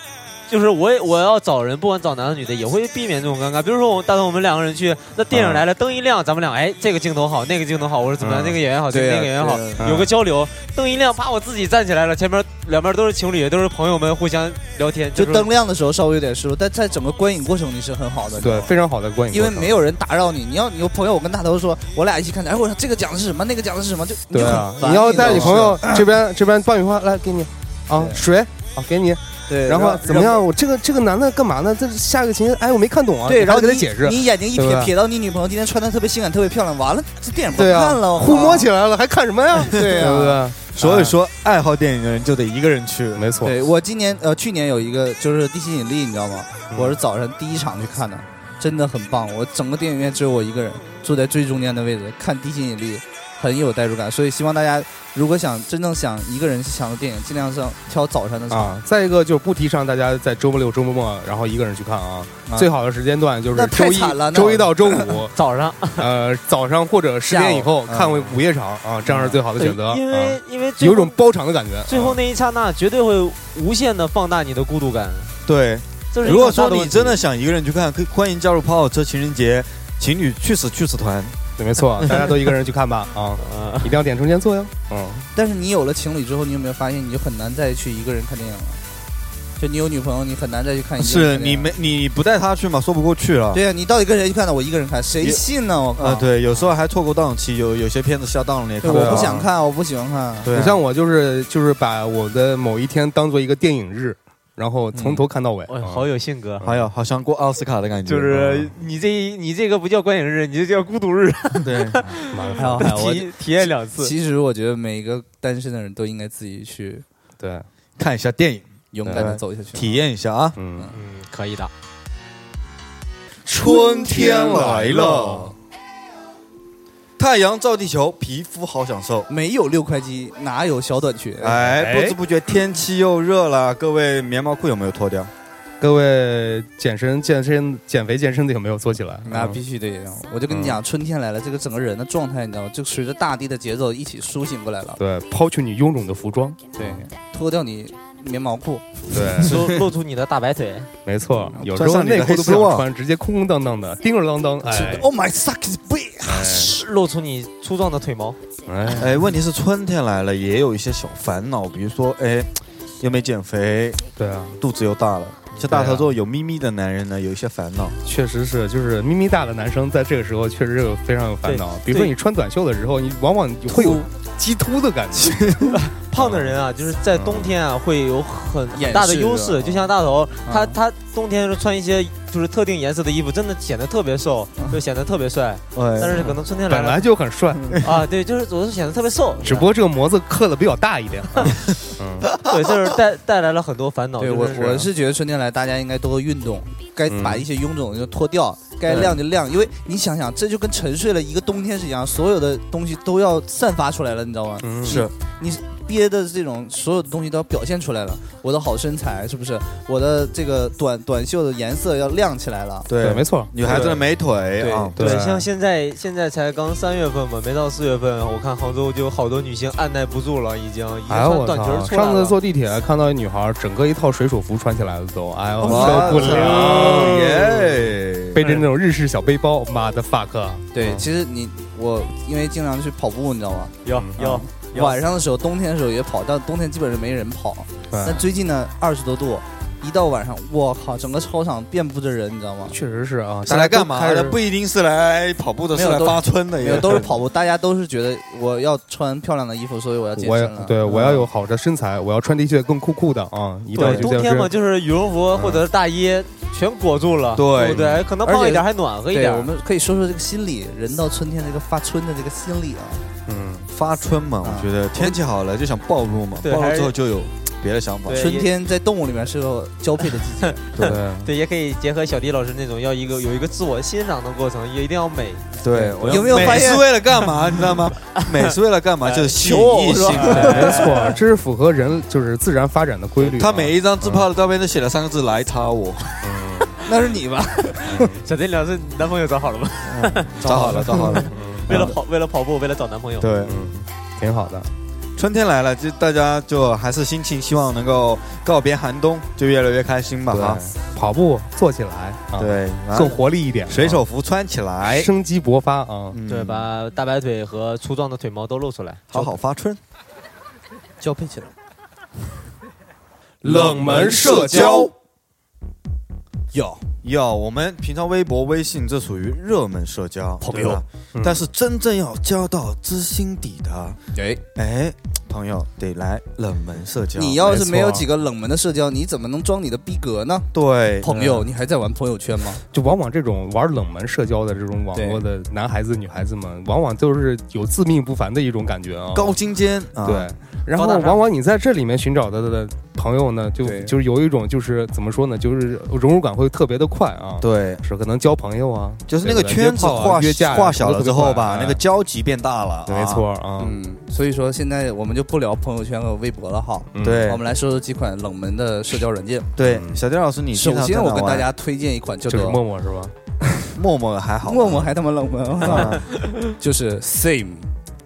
Speaker 3: 就是我也我要找人，不管找男的女的，也会避免这种尴尬。比如说我，大头我们两个人去，那电影来了，灯一亮，咱们俩哎，这个镜头好，那个镜头好，我说怎么样，
Speaker 7: 嗯
Speaker 3: 那个演员好，这个
Speaker 5: 对呀
Speaker 3: 那个演员好
Speaker 5: 对，
Speaker 3: 有个交流。灯一亮，啪，我自己站起来了，前面两边都是情侣，都是朋友们互相聊天，，
Speaker 5: 就是灯亮的时候稍微有点失落，但在整个观影过程你是很好的。
Speaker 7: 啊对，非常好的观影
Speaker 5: 因
Speaker 7: 过
Speaker 5: 为
Speaker 7: 程，
Speaker 5: 没有人打扰你，你要你有朋友，我跟大头说，我俩一起看，哎，我说这个讲的是什么，那个讲的是什么，就
Speaker 7: 对啊
Speaker 5: 就很，烦
Speaker 7: 你要带
Speaker 5: 知
Speaker 7: 你
Speaker 5: 道吗
Speaker 7: 朋友这边这边爆米花来给你，啊
Speaker 5: 对
Speaker 7: 水啊给你，
Speaker 5: 对，
Speaker 7: 然后怎么？
Speaker 5: 然
Speaker 7: 样？我这个这个男的干嘛呢？这下一个情哎我没看懂啊，
Speaker 5: 对，
Speaker 7: 你
Speaker 5: 然
Speaker 7: 还
Speaker 5: 后
Speaker 7: 得给
Speaker 5: 你
Speaker 7: 他解释，
Speaker 5: 你眼睛一
Speaker 7: 对
Speaker 5: 瞥
Speaker 7: 吧
Speaker 5: 瞥到你女朋友今天穿的特别性感，特别漂亮，完了这电影不好
Speaker 7: 对
Speaker 5: 看
Speaker 7: 啊
Speaker 5: 了，，
Speaker 7: 互摸起来了，还看什么呀？哎
Speaker 5: 对啊
Speaker 7: 对不对？
Speaker 6: 所以说，爱好电影的人就得一个人去。
Speaker 7: 没错，
Speaker 5: 对我今年呃去年有一个就是《地心引力》，你知道吗？
Speaker 7: 嗯
Speaker 5: 我是早上第一场去看的，真的很棒。我整个电影院只有我一个人，坐在最中间的位置看《地心引力》，很有代入感。所以希望大家如果想真正想一个人享受电影，尽量上挑早上的场。
Speaker 7: 啊，再一个就是不提倡大家在周末六、周末末，然后一个人去看啊。
Speaker 5: 啊
Speaker 7: 最好的时间段就是
Speaker 5: 那
Speaker 7: 周
Speaker 5: 太
Speaker 7: 一
Speaker 5: 惨了，那
Speaker 7: 周一到周五
Speaker 3: 早上，
Speaker 7: 呃，早上或者十
Speaker 5: 下午
Speaker 7: 点以后
Speaker 5: 嗯
Speaker 7: 看午夜场啊，这样是最好的选择。
Speaker 3: 哎因
Speaker 7: 啊
Speaker 3: 为因为最
Speaker 7: 有
Speaker 3: 后
Speaker 7: 一种包场的感觉。
Speaker 3: 最后
Speaker 7: 啊
Speaker 3: 那一刹那，绝对会无限的放大你的孤独感。
Speaker 6: 对，
Speaker 3: 这是一
Speaker 6: 如
Speaker 3: 个
Speaker 6: 果
Speaker 3: 很大
Speaker 6: 说
Speaker 3: 的
Speaker 6: 你
Speaker 3: 问题
Speaker 6: 真的想一个人去看，可以欢迎加入跑跑车情人节情侣去死去死团。
Speaker 7: 对，没错，大家都一个人去看吧啊，
Speaker 3: 啊，
Speaker 7: 一定要点中间坐哟。嗯，
Speaker 5: 但是你有了情侣之后，你有没有发现你就很难再去一个人看电影了？就你有女朋友，你很难再去看一个人
Speaker 6: 是
Speaker 5: 看电
Speaker 6: 你
Speaker 5: 影
Speaker 6: 没你不带他去嘛，说不过去了。
Speaker 5: 对啊呀、你到底跟谁去看的？我一个人看，谁
Speaker 6: 也
Speaker 5: 信呢？我靠！
Speaker 6: 啊，对，有时候还错过档期，有有些片子下档了也
Speaker 5: 对，
Speaker 6: 看
Speaker 7: 对啊
Speaker 5: 我
Speaker 6: 到
Speaker 5: 不想。看，我不喜欢看。
Speaker 6: 对啊，
Speaker 7: 你像我就是就是把我的某一天当做一个电影日，然后从头看到尾。
Speaker 3: 哇，
Speaker 7: 啊
Speaker 3: 哎好有性格。
Speaker 6: 还有好像过奥斯卡的感觉，啊
Speaker 3: 就是你这一你这个不叫观影日，你这叫孤独日，
Speaker 6: 嗯对，
Speaker 7: 妈
Speaker 3: 哎
Speaker 7: 的
Speaker 5: 还有还有，我
Speaker 3: 体体验两次。
Speaker 5: 其实我觉得每一个单身的人都应该自己去
Speaker 7: 对，
Speaker 6: 看一下电影，
Speaker 5: 勇敢的走下去。
Speaker 6: 体验一下啊。
Speaker 7: 嗯，
Speaker 3: 嗯，可以的。
Speaker 6: 春天来了，太阳照地球，皮肤好享受。
Speaker 5: 没有六块肌，哪有小短裙？
Speaker 6: 哎，不知不觉天气又热了，各位棉毛裤有没有脱掉？
Speaker 7: 各位健身健身减肥健身的有没有做起来？
Speaker 5: 那
Speaker 7: 嗯
Speaker 5: 必须得呀！我就跟你讲，春天来了，这个整个人的状态，你知道吗？就随着大地的节奏一起苏醒过来了。
Speaker 7: 对，抛去你臃肿的服装，
Speaker 5: 对，脱掉你棉毛裤，
Speaker 7: 对，
Speaker 3: 露露出你的大白腿，
Speaker 7: 没错，有时
Speaker 6: 穿
Speaker 7: 候
Speaker 6: 上你的
Speaker 7: 内裤
Speaker 6: 黑
Speaker 7: 都不
Speaker 6: 丝袜
Speaker 7: 想穿，直接空空荡荡的，叮儿啷当，哎
Speaker 5: Oh my sucking b
Speaker 3: 露出你粗壮的腿毛。
Speaker 7: 哎，
Speaker 6: 哎，问题是春天来了，也有一些小烦恼，比如说，哎，又没减肥，
Speaker 7: 对啊，
Speaker 6: 肚子又大了。像大头这种有咪咪的男人呢，有一些烦恼。
Speaker 7: 确实是，就是咪咪大的男生在这个时候确实有非常有烦恼。比如说你穿短袖的时候，你往往会有鸡突的感觉，
Speaker 3: 胖的人啊，就是在冬天啊，会有很
Speaker 5: 掩
Speaker 3: 很大的
Speaker 5: 饰
Speaker 3: 优
Speaker 5: 是
Speaker 3: 势。
Speaker 5: 吧
Speaker 3: 就像大头，他
Speaker 5: 嗯
Speaker 3: 他冬天就穿一些就是特定颜色的衣服，真的显得特别瘦，就显得特别帅。但
Speaker 6: 哎，
Speaker 3: 是可能春天来
Speaker 7: 本来
Speaker 3: 了
Speaker 7: 就很帅，
Speaker 3: 啊，对，就是我是显得特别瘦，
Speaker 7: 只不过这个模子刻的比较大一点。嗯，
Speaker 3: 对，就是带带来了很多烦恼。
Speaker 5: 对
Speaker 3: 哦真
Speaker 5: 我
Speaker 3: 的啊
Speaker 5: 我是觉得春天来，大家应该多运动，该把一些臃肿就脱掉，该
Speaker 3: 对
Speaker 5: 亮就亮，因为你想想，这就跟沉睡了一个冬天是一样，所有的东西都要散发出来了，你知道吗？
Speaker 7: 嗯
Speaker 6: 是啊
Speaker 5: 憋的这种所有的东西都要表现出来了，我的好身材是不是？我的这个短短袖的颜色要亮起来了。
Speaker 7: 对，
Speaker 6: 对
Speaker 7: 没，错，
Speaker 6: 女孩子的美腿
Speaker 5: 对
Speaker 6: 啊，
Speaker 3: 对，
Speaker 7: 对
Speaker 3: 像现在现在才刚三月份嘛，没到四月份，我看杭州就好多女星按耐不住了，已经已经
Speaker 7: 哎呦
Speaker 3: 穿
Speaker 7: 我
Speaker 3: 短裙儿
Speaker 7: 操！
Speaker 3: 出来
Speaker 7: 上次
Speaker 3: 了。
Speaker 7: 坐地铁看到一女孩，整个一套水手服穿起来了都，哎呦
Speaker 6: 哦哇
Speaker 7: 受不了，
Speaker 6: 哦耶！
Speaker 7: 背着那种日式小背包，妈的 fuck，
Speaker 5: 对，
Speaker 7: 嗯
Speaker 5: 其实你我因为经常去跑步，你知道吗？
Speaker 6: 有有有
Speaker 5: 嗯晚上的时候，冬天的时候也跑，但冬天基本上没人跑。
Speaker 7: 嗯
Speaker 5: 但最近呢，二十多度，一到晚上，我靠，整个操场遍布着人，你知 道吗？
Speaker 7: 确实是啊，
Speaker 6: 是来干嘛的？
Speaker 7: 的？
Speaker 6: 不一定是来跑步的，
Speaker 5: 没
Speaker 6: 是
Speaker 5: 有
Speaker 6: 来
Speaker 5: 都
Speaker 6: 发春的，
Speaker 5: 没
Speaker 6: 也
Speaker 5: 有，都是跑步，大家都是觉得我要穿漂亮的衣服，所以我要健
Speaker 7: 我也
Speaker 5: 身了。
Speaker 7: 对
Speaker 5: 嗯
Speaker 7: 我要有好的身材，我要穿的确更酷酷的啊！一定要
Speaker 3: 对，
Speaker 7: 去
Speaker 3: 冬
Speaker 7: 健
Speaker 3: 天嘛，
Speaker 7: 身。
Speaker 3: 就是羽绒
Speaker 5: 嗯
Speaker 3: 服或者是大衣全裹住了，
Speaker 6: 对
Speaker 3: 不对？可能
Speaker 5: 而
Speaker 3: 胖
Speaker 5: 且
Speaker 3: 一点还暖和一
Speaker 5: 对，
Speaker 3: 点。
Speaker 5: 我们可以说说这个心理，人到春天这个发春的这个心理啊。
Speaker 7: 嗯，
Speaker 6: 发春嘛。
Speaker 5: 啊
Speaker 6: 我觉得天气好了就想暴露嘛，
Speaker 3: 对
Speaker 6: 暴
Speaker 3: 还
Speaker 6: 露
Speaker 3: 是
Speaker 6: 之后就有别的想法。
Speaker 3: 对
Speaker 5: 春
Speaker 3: 也
Speaker 5: 天在动物里面是个交配的季节，
Speaker 7: 对，
Speaker 3: 对，也可以结合小迪老师那种要一个有一个自我欣赏的过程，也一定要美。
Speaker 6: 对，我
Speaker 5: 有没有发现
Speaker 6: 美是为了干嘛？你知道吗？美是为了干嘛？就是吸引
Speaker 5: 求偶
Speaker 6: 异
Speaker 5: 是吧
Speaker 6: 性。
Speaker 7: 没错，这是符合人就是自然发展的规律啊。
Speaker 6: 他每一张自拍的照片都写了三个字“来插我
Speaker 5: 那是你吧？
Speaker 3: 小迪老师，你男朋友找好了吗？”，
Speaker 6: 找好了，找好了。
Speaker 3: 嗯
Speaker 5: 嗯
Speaker 3: 为了跑，为了跑步，为了找男朋友。
Speaker 6: 对，
Speaker 7: 嗯，挺好的。
Speaker 6: 春天来了，就大家就还是心情，希望能够告别寒冬，就越来越开心吧哈。
Speaker 7: 跑步做起来，啊，
Speaker 6: 对，然后
Speaker 7: 更活力一点，
Speaker 6: 水手服穿起
Speaker 7: 啊
Speaker 6: 来，
Speaker 7: 生机勃发啊！
Speaker 6: 嗯
Speaker 3: 对，？把大白腿和粗壮的腿毛都露出来。
Speaker 6: 好好发春。
Speaker 5: 交配起来。
Speaker 7: 冷门社交，
Speaker 6: 有有，我们平常微博、微信这属于热门社交朋
Speaker 7: 友，嗯
Speaker 6: 但是真正要交到知心底的，
Speaker 5: 哎，
Speaker 6: 哎，朋友得来冷门社交。
Speaker 5: 你要是没有
Speaker 7: 没错
Speaker 5: 几个冷门的社交，你怎么能装你的逼格呢？
Speaker 6: 对
Speaker 5: 朋友，你还在玩朋友圈吗？
Speaker 7: 就往往这种玩冷门社交的这种网络的男孩子、女孩子们，往往都是有自命不凡的一种感觉啊。
Speaker 6: 高精尖，啊
Speaker 7: 对，然后
Speaker 3: 高大上
Speaker 7: 往往你在这里面寻找到的朋友呢，就
Speaker 6: 对
Speaker 7: 就是有一种就是怎么说呢，就是融入感会特别的快啊。，
Speaker 6: 对，
Speaker 7: 是可能交朋友啊，
Speaker 6: 就是那个圈子
Speaker 7: 约炮啊
Speaker 6: 画
Speaker 7: 约架啊
Speaker 6: 画小了之后
Speaker 7: 什么
Speaker 6: 吧，
Speaker 7: 都特别快
Speaker 6: 那个交集变大了。
Speaker 7: 没错啊，
Speaker 5: 嗯，所以说现在我们就不聊朋友圈和微博了哈。
Speaker 7: 嗯
Speaker 6: 对
Speaker 5: 我们来说说几款冷门的社交软件。
Speaker 6: 啊，对，小丁老师，你
Speaker 5: 首
Speaker 6: 经常
Speaker 5: 先，
Speaker 6: 在哪
Speaker 5: 我跟大
Speaker 6: 玩
Speaker 5: 家推荐一款叫
Speaker 7: 就是
Speaker 5: 做
Speaker 7: 陌陌是吧？
Speaker 6: 陌陌还好，
Speaker 5: 陌陌还他妈冷门，我操
Speaker 6: 啊 哦
Speaker 5: 就是 Same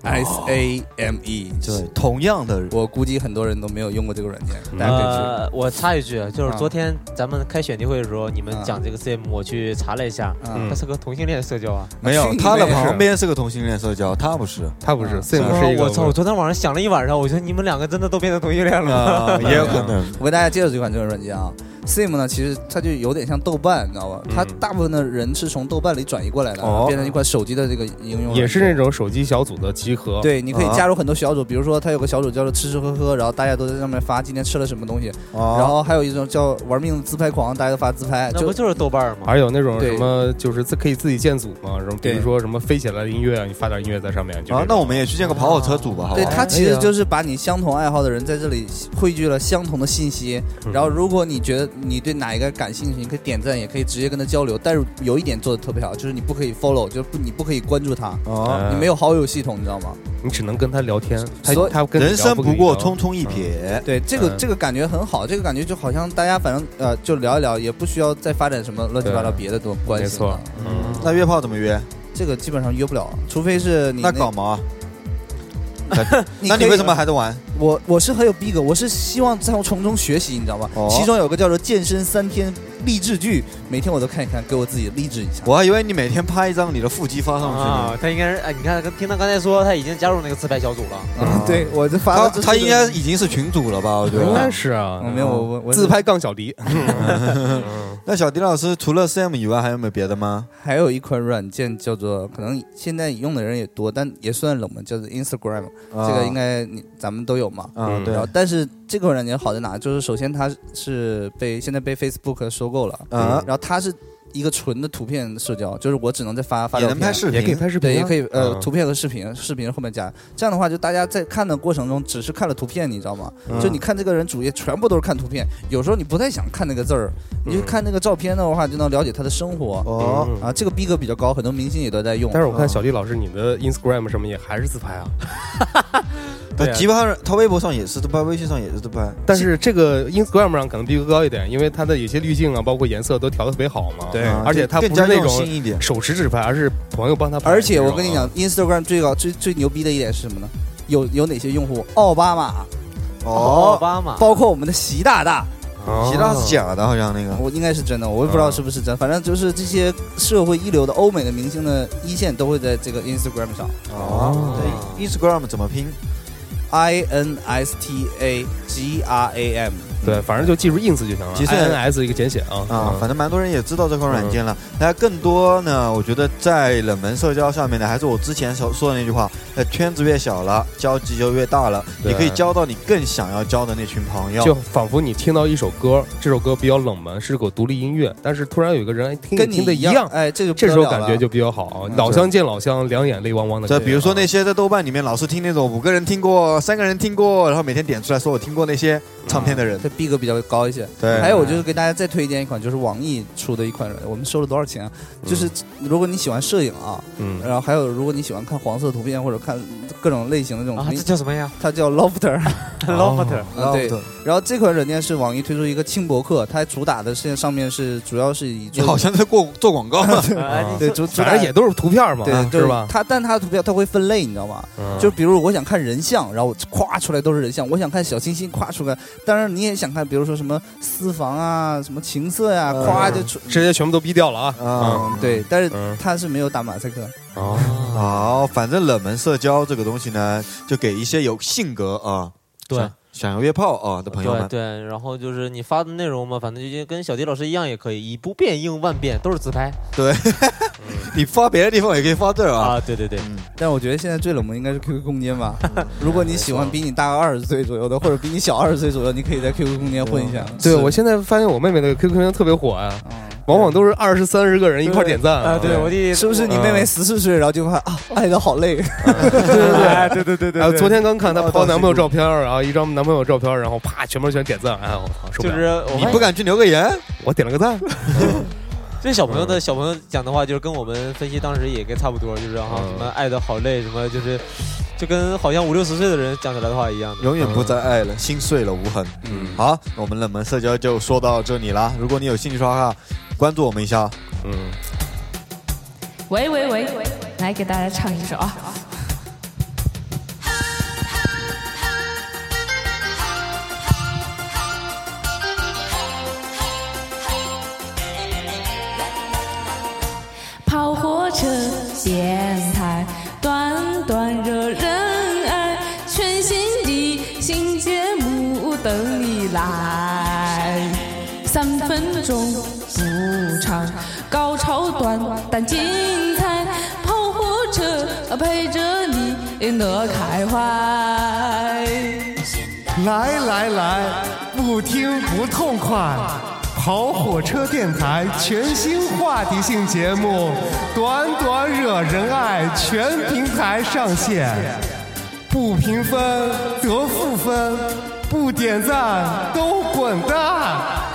Speaker 5: S A M E。
Speaker 6: 对，同样的
Speaker 5: 我估计很多人都没有用过这个软件，
Speaker 6: 嗯
Speaker 5: 大家可以去。
Speaker 3: 呃，我插一句，就是
Speaker 5: 啊
Speaker 3: 昨天咱们开选题会的时候，你们
Speaker 5: 啊
Speaker 3: 讲这个 CM，我去查了一下，
Speaker 5: 嗯
Speaker 3: 它是个同性恋社交啊。
Speaker 6: 没
Speaker 5: 去
Speaker 6: 有
Speaker 5: 你
Speaker 6: 他的
Speaker 5: 妹
Speaker 6: 旁边是个同性恋社交，他不嗯是
Speaker 7: 他不是
Speaker 5: 啊
Speaker 7: Sim
Speaker 3: 啊
Speaker 7: 是一个
Speaker 3: 我操！我昨天晚上想了一晚上，我觉得你们两个真的都变成同性恋了。
Speaker 6: 啊，也有可 能
Speaker 5: 我为大家介绍这款这个软件啊，Sim 呢，其实它就有点像豆瓣，你知道吧？它
Speaker 7: 嗯
Speaker 5: 大部分的人是从豆瓣里转移过来的，
Speaker 6: 哦
Speaker 5: 变成一款手机的这个应用。
Speaker 7: 也是那种手机小组的集合。
Speaker 5: 对，你可以
Speaker 6: 啊
Speaker 5: 加入很多小组，比如说它有个小组叫做吃吃喝喝，然后大家都在上面发今天吃了什么东西，
Speaker 6: 啊
Speaker 5: 然后还有一种叫玩命自拍狂，大家都发自拍，
Speaker 3: 那不
Speaker 5: 就
Speaker 3: 就是豆瓣儿吗？
Speaker 7: 还有那种
Speaker 5: 对
Speaker 7: 什么，就是自可以自己建组嘛，然后比
Speaker 5: 对
Speaker 7: 如说什么飞起来的音乐，啊你发点音乐在上面。就
Speaker 6: 啊
Speaker 7: 这，
Speaker 6: 那
Speaker 7: 种
Speaker 6: 我们也去见个跑火车组吧，好不
Speaker 5: 对
Speaker 6: 好？
Speaker 5: 它其
Speaker 3: 哎
Speaker 5: 实
Speaker 3: 呀
Speaker 5: 就是把你相同爱好的人在这里汇聚了相同的信息，
Speaker 6: 嗯
Speaker 5: 然后如果你觉得你对哪一个感兴趣，你可以点赞，也可以直接跟他交流。但是有一点做的特别好，就是你不可以 follow，就是不你不可以关注他，
Speaker 6: 啊，
Speaker 5: 你没
Speaker 7: 有，
Speaker 5: 有好友系统，你知道吗？
Speaker 7: 嗯你只能跟他聊天。他
Speaker 5: 所以
Speaker 7: 他跟你聊
Speaker 6: 人生
Speaker 7: 不
Speaker 6: 不过
Speaker 7: 冲。
Speaker 6: 匆匆一瞥，
Speaker 5: 对，这个
Speaker 7: 嗯
Speaker 5: 这个感觉很好，这个感觉就好像大家反正呃就聊一聊，也不需要再发展什么乱七八糟
Speaker 7: 对
Speaker 5: 别的多关系。
Speaker 7: 没错，嗯，
Speaker 6: 那约炮怎么约？
Speaker 5: 这个基本上约不了，除非是你
Speaker 6: 那搞毛啊？
Speaker 5: 你
Speaker 6: 那你
Speaker 5: 可以
Speaker 6: 为什么还在玩？
Speaker 5: 我我是很有逼格，我是希望在从中学习，你知道吗？
Speaker 6: 哦
Speaker 5: 其中有个叫做“健身三天励志剧”，每天我都看一看，给我自己励志一下。
Speaker 6: 我还以为你每天拍一张你的腹肌发上去
Speaker 3: 啊
Speaker 6: 呢。，
Speaker 3: 他应该是哎，你看，跟听他刚才说，他已经加入那个自拍小组了。
Speaker 5: 啊，对我这发
Speaker 6: 他
Speaker 5: 了这
Speaker 6: 他应该已经是群主了吧？我觉
Speaker 7: 应该
Speaker 6: 得。
Speaker 7: 是啊
Speaker 6: 哦
Speaker 5: 嗯，没有我我 我
Speaker 7: 自拍杠小迪，
Speaker 6: 嗯
Speaker 7: 嗯
Speaker 6: 那小迪老师除了 CM 以外，还有没有别的吗？
Speaker 5: 还有一款软件叫做，可能现在用的人也多，但也算冷门，叫做 Instagram，、
Speaker 6: 啊
Speaker 5: 这个应该你咱们都有嘛。
Speaker 6: 啊，
Speaker 7: 嗯
Speaker 6: 对
Speaker 5: 然后，但是这款软件好在哪？就是首先它是被现在被 Facebook 收购了，
Speaker 6: 啊
Speaker 5: 然，后它是一个纯的图片社交，就是我只能在发发
Speaker 6: 也
Speaker 5: 照
Speaker 6: 能
Speaker 5: 片，啊
Speaker 6: 拍视
Speaker 7: 嗯也可以
Speaker 6: 频，
Speaker 7: 拍视频啊，
Speaker 5: 对，也可以呃，
Speaker 7: 嗯
Speaker 5: 图片和视频，视频后面加。这样的话，就大家在看的过程中，只是看了图片，你知道吗？
Speaker 6: 嗯
Speaker 5: 就你看这个人主页，全部都是看图片。有时候你不太想看那个字儿，你就看那个照片的话，就能了解他的生活。
Speaker 6: 哦，
Speaker 7: 嗯。
Speaker 5: 啊，这个逼格比较高，很多明星也都在用。
Speaker 7: 但是我看小迪老师，你的 Instagram 上面也还是自拍啊，
Speaker 6: 他
Speaker 7: 对啊
Speaker 6: 吉巴上，他微博上也是自拍，微信上也是自拍。
Speaker 7: 但是这个 Instagram 上可能逼格高一点，因为它的有些滤镜啊，包括颜色都调的特别好嘛。
Speaker 5: 对
Speaker 6: 啊
Speaker 7: 而且他不
Speaker 6: 更加
Speaker 7: 是那
Speaker 6: 用
Speaker 7: 种
Speaker 6: 心一点。
Speaker 7: 手持自拍，而是朋友帮他拍。
Speaker 5: 而且我跟你
Speaker 7: 啊
Speaker 5: 讲，，Instagram 最高最最牛逼的一点是什么呢？有有哪些用户？奥巴马，
Speaker 3: 奥
Speaker 6: 哦，
Speaker 3: 巴马，
Speaker 5: 包括我们的习大大，
Speaker 6: 希腊是假的，好像
Speaker 7: 嗯
Speaker 6: 那个。
Speaker 5: 我应该是真的，我也不知道是不是真，反正就是这些社会一流的欧美的明星的一线都会在这个 Instagram 上
Speaker 7: 啊
Speaker 3: 嗯
Speaker 6: 哦，对，Instagram 怎么拼？
Speaker 5: ，I N S T A G R A M。
Speaker 7: 对，反正就记住 ins 就行了
Speaker 6: 其实
Speaker 7: ins 一个简写啊
Speaker 6: 啊，反正蛮多人也知道这款软件了。大家更多呢，我觉得在冷门社交上面呢，还是我之前所说的那句话：，呃，圈子越小了，交集就越大了，
Speaker 7: 对
Speaker 6: 你可以交到你更想要交的那群朋友。
Speaker 7: 就仿佛你听到一首歌，这首歌比较冷门，是个独立音乐，但是突然有一个人哎听
Speaker 5: 跟你
Speaker 7: 听的
Speaker 5: 一
Speaker 7: 样，
Speaker 5: 哎，这就不
Speaker 7: 这
Speaker 5: 得
Speaker 7: 时候
Speaker 5: 了
Speaker 7: 感
Speaker 5: 了
Speaker 7: 觉就比较好
Speaker 5: 嗯。
Speaker 7: 老乡见老乡，两眼泪汪汪的感
Speaker 6: 这
Speaker 7: 觉。
Speaker 6: 比如说那
Speaker 7: 啊
Speaker 6: 些在豆瓣里面老是听那种五个人听过、三个人听过，然后每天点出来说我听过那些唱片的人，
Speaker 5: 这逼格比较高一些。
Speaker 6: 对
Speaker 5: 还有我就是给大家再推荐一款，就是网易出的一款，我们收了多少钱啊？就是如果你喜欢摄影啊，
Speaker 7: 嗯，
Speaker 5: 然后还有如果你喜欢看黄色图片或者看各种类型的这种
Speaker 3: 啊，
Speaker 5: 东
Speaker 3: 这
Speaker 5: 西，
Speaker 3: 叫什么呀
Speaker 5: 它叫 Lofter。
Speaker 3: ？Lofter，
Speaker 5: 啊 对
Speaker 6: 然后
Speaker 5: 然后这款软件是网易推出一个轻薄客，它主打的是上面是主要是以
Speaker 6: 你
Speaker 5: 做
Speaker 6: 好像在过做广告，
Speaker 3: 哎
Speaker 5: 对主主
Speaker 7: 反
Speaker 5: 打
Speaker 7: 正也都是图片嘛，
Speaker 5: 对
Speaker 7: 是吧？
Speaker 5: 它但它的图标它会分类，你知道吗？
Speaker 7: 嗯
Speaker 5: 就比如我想看人像，然后咵出来都是人像；我想看小清新，咵出来。当然你也想看，比如说什么私房啊、什么情色呀、
Speaker 6: 嗯
Speaker 5: 咵就出。
Speaker 7: 这些全部都逼掉了啊。
Speaker 6: 啊
Speaker 7: 嗯
Speaker 5: 对，但是
Speaker 7: 嗯
Speaker 5: 它是没有打马赛克。
Speaker 3: 哦
Speaker 7: 啊，
Speaker 6: 好，反正冷门社交这个东西呢，就给一些有性格啊，
Speaker 3: 对
Speaker 6: 想，想要约炮啊的朋友
Speaker 3: 对
Speaker 6: 们，
Speaker 3: 对，然后就是你发的内容嘛，反正就跟小迪老师一样也可以，以不变应万变，都是自拍
Speaker 6: 你发别的地方也可以发这儿啊。
Speaker 3: 啊，对对对，
Speaker 6: 嗯，
Speaker 5: 但我觉得现在最冷门应该是 QQ 空间吧。如果你喜欢比你大二十岁左右的，或者比你小二十岁左右，你可以在 QQ 空间混一下。
Speaker 7: 对我现在发现我妹妹的 QQ 群特别火呀，往往都是二十三十个人一块儿点赞
Speaker 3: 啊，对我弟
Speaker 5: 是不是你妹妹十四岁，然后就看啊，爱的好累，
Speaker 7: 对对对对对。啊，昨天刚看她抛男朋友照片儿，然后一张男朋友照片儿，然后啪，全班全点赞，哎呀，我操，受不
Speaker 3: 就
Speaker 7: 了
Speaker 3: 是我
Speaker 6: 你
Speaker 3: 发
Speaker 6: 不
Speaker 3: 现
Speaker 6: 敢去留个言，
Speaker 7: 我点了个赞，
Speaker 3: 这小朋友的小朋友讲的话，就是跟我们分析当时也跟差不多，就是哈
Speaker 7: 嗯
Speaker 3: 什么爱的好累，什么就是就跟好像五六十岁的人讲起来的话一样的。
Speaker 6: 永远不再爱了，心碎了无痕。
Speaker 7: 嗯
Speaker 6: 好，那我们冷门社交就说到这里啦。如果你有兴趣的话，关注我们一下。
Speaker 7: 嗯，
Speaker 9: 喂喂喂，来给大家唱一首啊。跑火车、电台，短短惹人爱，全新的新节目等你来。三分钟不长，高潮短但精彩，跑火车啊陪着你乐开怀。
Speaker 10: 来来来，不听不痛快。跑火车电台全新话题性节目，短短惹人爱，全平台上线。不评分得负分，不点赞都滚蛋。